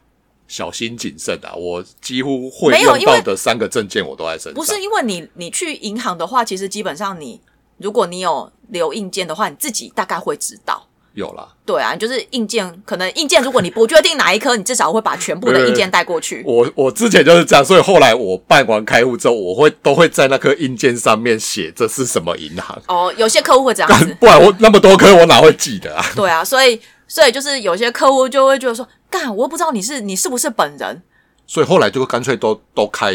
Speaker 2: 小心谨慎的啊、我几乎会
Speaker 1: 没有
Speaker 2: 用
Speaker 1: 因为啊
Speaker 2: 到的三个证件我都在身上。
Speaker 1: 不是因为你你去银行的话，其实基本上你如果你有留硬件的话，你自己大概会知道。
Speaker 2: 有啦，
Speaker 1: 对啊，就是硬件，可能硬件，如果你不确定哪一颗，你至少会把全部的硬件带过去。
Speaker 2: 我我之前就是这样，所以后来我办完开户之后，我会都会在那颗硬件上面写这是什么银行，
Speaker 1: 哦，有些客户会这样子，
Speaker 2: 不然我那么多颗我哪会记得啊？
Speaker 1: 对啊，所以所以就是有些客户就会觉得说，干，我又不知道你是你是不是本人，
Speaker 2: 所以后来就干脆都都开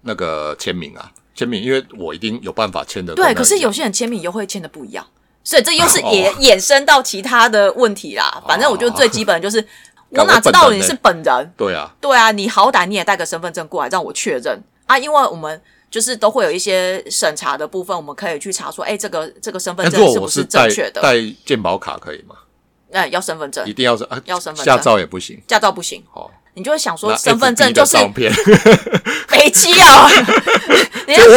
Speaker 2: 那个签名啊，签名，因为我一定有办法签的。
Speaker 1: 对，可是有些人哦签名又会签的不一样，所以这又是衍、衍生到其他的问题啦。反正我觉得最基本的就是，我哪知道你是本人？
Speaker 2: 对啊，
Speaker 1: 对啊，你好歹你也带个身份证过来让我确认啊，因为我们就是都会有一些审查的部分，我们可以去查说，哎、这个这个身份
Speaker 2: 那
Speaker 1: 证
Speaker 2: 如果
Speaker 1: 是不
Speaker 2: 哎我是带
Speaker 1: 正确的？
Speaker 2: 带健保卡可以吗？
Speaker 1: 哎、要身份证
Speaker 2: 一，定要是啊，
Speaker 1: 要身份证
Speaker 2: 驾照也不行。
Speaker 1: 驾照不行。
Speaker 2: 哦，
Speaker 1: 你就会想
Speaker 2: 那
Speaker 1: 说，身份证
Speaker 2: FB 的
Speaker 1: 就是
Speaker 2: 照 片，
Speaker 1: 北七 啊，你
Speaker 2: 就我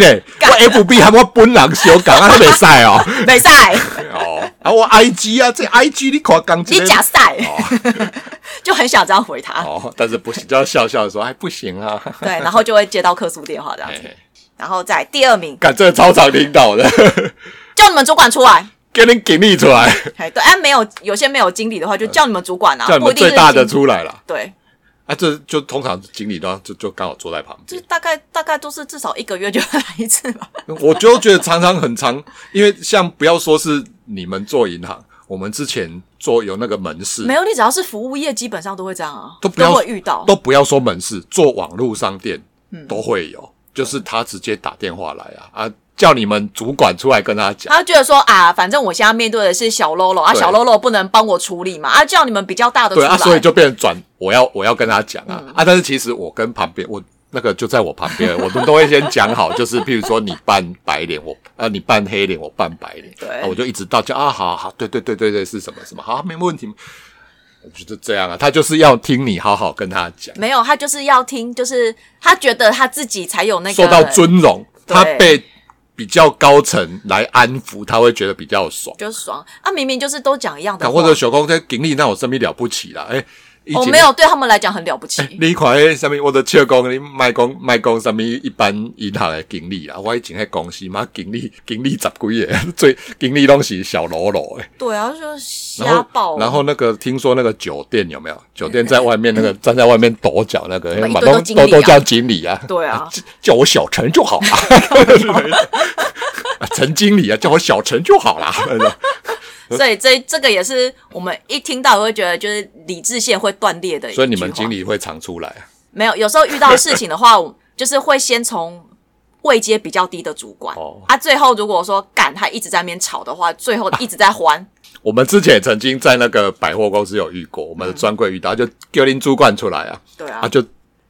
Speaker 2: 嘞，我 FB 还我本人修改，啊，还没晒哦。
Speaker 1: 没赛，
Speaker 2: 哦，啊，我 IG 啊，这 IG 你看刚
Speaker 1: 你假赛， 就很想这样回他。
Speaker 2: 哦，但是不行，就要笑笑的说，哎，不行啊。
Speaker 1: 对，然后就会接到客诉电话这样子。
Speaker 2: 哎，
Speaker 1: 然后在第二名，
Speaker 2: 干这个超常听到的，
Speaker 1: 叫你们主管出来。
Speaker 2: 给你给力出来，
Speaker 1: 哎，对，哎、没有有些没有经理的话，就叫你们主管啊，
Speaker 2: 嗯叫你
Speaker 1: 不一
Speaker 2: 们
Speaker 1: 定
Speaker 2: 最
Speaker 1: 是
Speaker 2: 大
Speaker 1: 经
Speaker 2: 的
Speaker 1: 理
Speaker 2: 出来了。
Speaker 1: 对，
Speaker 2: 啊，这就通常经理都就就刚好坐在旁
Speaker 1: 就
Speaker 2: 边，
Speaker 1: 大概大概都是至少一个月就会来一次吧。
Speaker 2: 我就觉得常常很长，因为像不要说是你们做银行，我们之前做有那个门市
Speaker 1: 没，有，你只要是服务业，基本上都会这样啊，
Speaker 2: 都
Speaker 1: 都
Speaker 2: 不要
Speaker 1: 会遇到。
Speaker 2: 都不要说门市，做网络商店都会有，就是他直接打电话来啊啊，叫你们主管出来跟他讲，
Speaker 1: 他就觉得说啊，反正我现在面对的是小喽啰啊，
Speaker 2: 对
Speaker 1: 小喽啰不能帮我处理嘛，啊，叫你们比较大的出
Speaker 2: 对
Speaker 1: 来。嗯
Speaker 2: 啊，所以就变成转，我要我要跟他讲啊、啊！但是其实我跟旁边我那个就在我旁 边，我们都会先讲好，就是譬如说你扮白脸，我呃你扮黑脸，我扮白脸，
Speaker 1: 对
Speaker 2: 啊我就一直到讲啊，好好，对对对对对，是什么什么，好，没问题。我觉得这样啊，他就是要听你好好跟他讲，
Speaker 1: 没有，他就是要听，就是他觉得他自己才有那个
Speaker 2: 受到尊荣，
Speaker 1: 对
Speaker 2: 他被比较高层来安抚，他会觉得比较爽。
Speaker 1: 就爽啊，明明就是都讲一样的
Speaker 2: 啊
Speaker 1: 话，
Speaker 2: 或者小公在顶你，那我生命了不起哎啦，哎、一
Speaker 1: 哦，
Speaker 2: 节
Speaker 1: 没有，对他们来讲很了不起。
Speaker 2: 你看迄什物，我都笑讲，你卖讲卖讲什物一般银行的经理啊，我以前迄公司嘛，经理经理十几个， 最经理拢是小喽啰的。
Speaker 1: 对啊，就
Speaker 2: 然
Speaker 1: 瞎
Speaker 2: 后
Speaker 1: 爆，
Speaker 2: 然后那个听说那个酒店有没有？酒店在外面 那个站在外面跺脚那个，
Speaker 1: 么一
Speaker 2: 马
Speaker 1: 堆都
Speaker 2: 东
Speaker 1: 经理
Speaker 2: 都
Speaker 1: 啊
Speaker 2: 都叫经理啊，
Speaker 1: 对啊，
Speaker 2: 叫我小陈就 好了。啊陈经理啊，叫我小陈就好 啦。呃
Speaker 1: 所以这这个也是我们一听到会觉得就是理智线会断裂的一句话。
Speaker 2: 所以你们经理会常出来啊，
Speaker 1: 没有，有时候遇到事情的 话，我就是会先从位阶比较低的主管、
Speaker 2: 哦
Speaker 1: 啊，最后如果说干他一直在那边吵的话，最后一直在还，
Speaker 2: 我们之前也曾经在那个百货公司有遇过，我们的专柜遇到，就丢林主管出来啊，
Speaker 1: 对啊
Speaker 2: 啊，就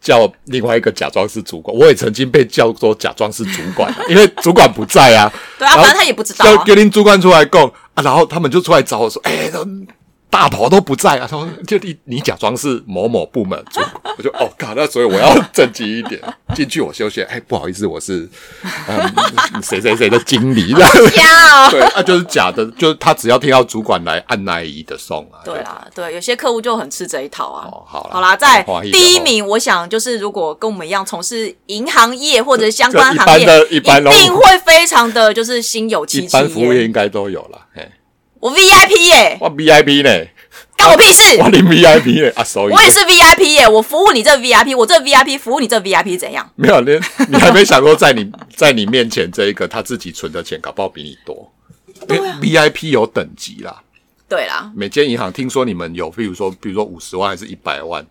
Speaker 2: 叫另外一个假装是主管，我也曾经被叫做假装是主管啊， 因为主管不在啊，
Speaker 1: 对啊，
Speaker 2: 然后
Speaker 1: 反正他也不知道、
Speaker 2: 叫
Speaker 1: 啊，
Speaker 2: 丢林主管出来供啊，然后他们就出来找我说，哎、都大头都不在啊，他说就你你假装是某某部门主管，我就哦靠，那所以我要正经一点， 进去我休息，哎、不好意思，我是 嗯谁谁谁的经理了。
Speaker 1: 呀、
Speaker 2: 对，那、就是假的，就是他只要听到主管来按那一的送啊。
Speaker 1: 对啦，对，有些客户就很吃这一套啊。
Speaker 2: 哦，好啦，
Speaker 1: 好啦，在
Speaker 2: 很欢喜的
Speaker 1: 第一
Speaker 2: 哦，
Speaker 1: 名，我想就是如果跟我们一样从事银行业或者相关
Speaker 2: 就一
Speaker 1: 行业，
Speaker 2: 般的一般咯
Speaker 1: 定会非常的就是心有戚
Speaker 2: 一
Speaker 1: 戚
Speaker 2: 般服务业
Speaker 1: 焉。
Speaker 2: 应该都有啦。嘿，
Speaker 1: 我 VIP 耶、
Speaker 2: 我 VIP 呢，
Speaker 1: 干我屁事！
Speaker 2: 我领 VIP 呢啊，所以
Speaker 1: 我也是 VIP 耶、我服务你这 VIP，我这 VIP 服务你这 VIP 怎样？
Speaker 2: 没有你，你还没想过在你在你面前这一个他自己存的钱，搞不好比你多。因
Speaker 1: 啊
Speaker 2: 为 VIP 有等级啦，
Speaker 1: 对啦，
Speaker 2: 每间银行听说你们有，比如说，比如说五十万还是一百万，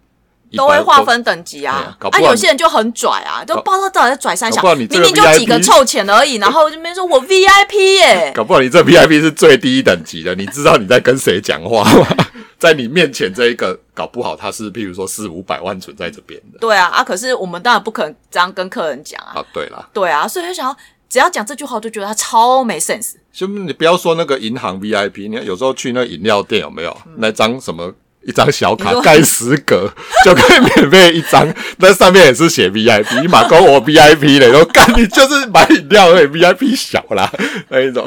Speaker 1: 都会
Speaker 2: 100
Speaker 1: 划。分等级啊。
Speaker 2: 哎对搞不
Speaker 1: 啊，
Speaker 2: 好
Speaker 1: 有些人就很拽啊，就不知道到底在拽三小
Speaker 2: 搞不好，你这
Speaker 1: 明
Speaker 2: 个
Speaker 1: 明就
Speaker 2: VIP
Speaker 1: 几个臭钱而已，然后就边说我 VIP 耶、
Speaker 2: 搞不好你这 VIP 是最低等级的，你知道你在跟谁讲话吗？ 在你面前这一个，搞不好他是譬如说四五百万存在这边的。
Speaker 1: 对啊，啊，可是我们当然不可能这样跟客人讲啊。
Speaker 2: 啊，对啦，
Speaker 1: 对啊，所以就想要只要讲这句话，我就觉得他超没 sense。
Speaker 2: 就你不要说那个银行 VIP，你看有时候去那饮料店有没有、那张什么一张小
Speaker 1: 嗯你
Speaker 2: 卡
Speaker 1: 说
Speaker 2: 盖十格 就可以免费一张，那上面也是写 VIP，马哥我 VIP 嘞，然后干你就是买饮料而已，VIP 小啦那一种。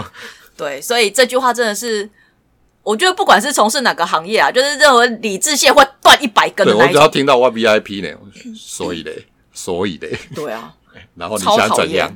Speaker 1: 对，所以这句话真的是，我觉得不管是从事哪个行业啊，就是任何理智线会断一百根
Speaker 2: 对
Speaker 1: 的
Speaker 2: 我
Speaker 1: 那一
Speaker 2: 只要
Speaker 1: 种。
Speaker 2: 听到我 VIP 嘞，我就所以嘞，所以嘞，
Speaker 1: 对啊，
Speaker 2: 然后你
Speaker 1: 超
Speaker 2: 想
Speaker 1: 讨
Speaker 2: 怎
Speaker 1: 厌
Speaker 2: 样？。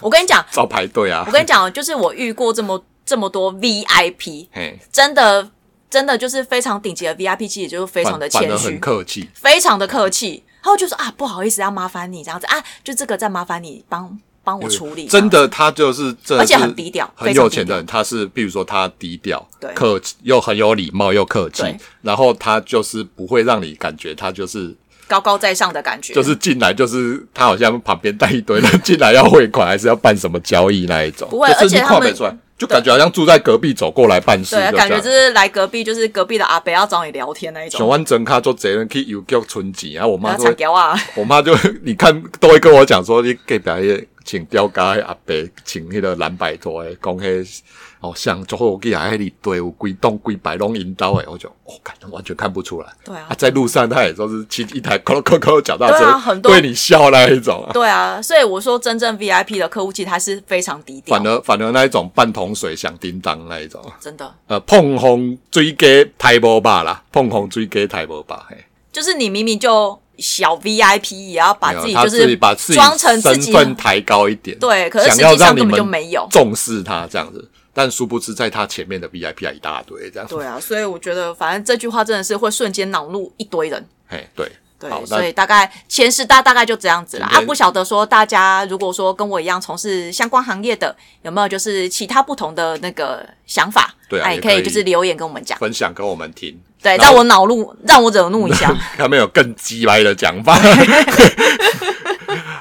Speaker 1: 我跟你讲，
Speaker 2: 照排队啊
Speaker 1: 我。跟你讲，就是我遇过这么这么多 VIP，
Speaker 2: 嘿，
Speaker 1: 真的真的就是非常顶级的 VIP，其实就是非常的
Speaker 2: 反反
Speaker 1: 谦
Speaker 2: 而
Speaker 1: 虚
Speaker 2: 很，客气。
Speaker 1: 非常的客气，然后就说啊不好意思，要麻烦你这样子啊，就这个再麻烦你帮帮我处理，
Speaker 2: 真的，他就是这，
Speaker 1: 而且很低调
Speaker 2: 很有钱的人。他是，比如说他低调，
Speaker 1: 对
Speaker 2: 客气又很有礼貌，又客气
Speaker 1: 对，嗯
Speaker 2: 然后他就是不会让你感觉他就是
Speaker 1: 高高在上的感觉，
Speaker 2: 就是进来就是他好像旁边带一堆人 进来要汇款，还是要办什么交易那一种，
Speaker 1: 不会
Speaker 2: 就是
Speaker 1: 而且
Speaker 2: 你
Speaker 1: 他
Speaker 2: 看
Speaker 1: 们
Speaker 2: 不出来，就感觉好像住在隔壁走过来办事
Speaker 1: 对
Speaker 2: 的，这
Speaker 1: 感觉
Speaker 2: 样
Speaker 1: 就。是来隔壁，就是隔壁的阿伯要找你聊天那一
Speaker 2: 像
Speaker 1: 种，
Speaker 2: 阮真卡做这人去邮局存钱，然后我妈
Speaker 1: 然
Speaker 2: 都
Speaker 1: 后
Speaker 2: 会
Speaker 1: 惨，掉啊，
Speaker 2: 我妈就你看都会跟我讲说，你给表爷请雕家的阿伯，请迄个蓝白拖的，讲迄哦像最后记啊，迄里队有几栋几百拢引导的，我就我感觉完全看不出来。
Speaker 1: 对啊
Speaker 2: 啊，在路上他也都是骑一台咯咯咯脚踏
Speaker 1: 对啊很
Speaker 2: 车，
Speaker 1: 多
Speaker 2: 对你笑那一种啊。
Speaker 1: 对啊，所以我说真正 VIP 的客户其实他是非常低调，
Speaker 2: 反而反而那一种半桶水响叮当那一种，
Speaker 1: 真的
Speaker 2: 呃，碰红追鸡台无吧啦，碰红追鸡台无吧，嘿，
Speaker 1: 就是你明明就小 VIP，也要把自
Speaker 2: 没
Speaker 1: 己
Speaker 2: 有他
Speaker 1: 就
Speaker 2: 自己
Speaker 1: 是
Speaker 2: 把自己
Speaker 1: 装成自
Speaker 2: 身
Speaker 1: 己
Speaker 2: 份抬高一点，
Speaker 1: 对可是
Speaker 2: 想
Speaker 1: 实际
Speaker 2: 要
Speaker 1: 上
Speaker 2: 让你
Speaker 1: 根本
Speaker 2: 们
Speaker 1: 就没有
Speaker 2: 重视他这样子，但殊不知在他前面的 VIP 还啊一大堆这样，
Speaker 1: 对啊，所以我觉得反正这句话真的是会瞬间恼怒一堆人。
Speaker 2: 嘿，对，好
Speaker 1: 对，，
Speaker 2: 那
Speaker 1: 所以大概前十大大概就这样子啦。
Speaker 2: 今
Speaker 1: 啊，
Speaker 2: 天
Speaker 1: 不晓得说大家如果说跟我一样从事相关行业的，有没有就是其他不同的那个想法？
Speaker 2: 对啊
Speaker 1: 哎，
Speaker 2: 也
Speaker 1: 可以
Speaker 2: 可以
Speaker 1: 就是留言跟我们讲，
Speaker 2: 分享给我们听，
Speaker 1: 对，
Speaker 2: 然
Speaker 1: 让
Speaker 2: 后
Speaker 1: 我恼怒，让我惹怒一 下。
Speaker 2: 他们有更鸡歪的讲 法。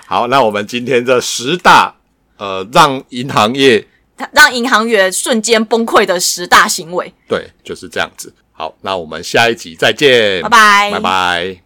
Speaker 2: 好，那我们今天这十大呃，让银行业
Speaker 1: 让银行员瞬间崩溃的十大行为。
Speaker 2: 对，就是这样子。好，那我们下一集再见，
Speaker 1: 拜拜
Speaker 2: 拜拜。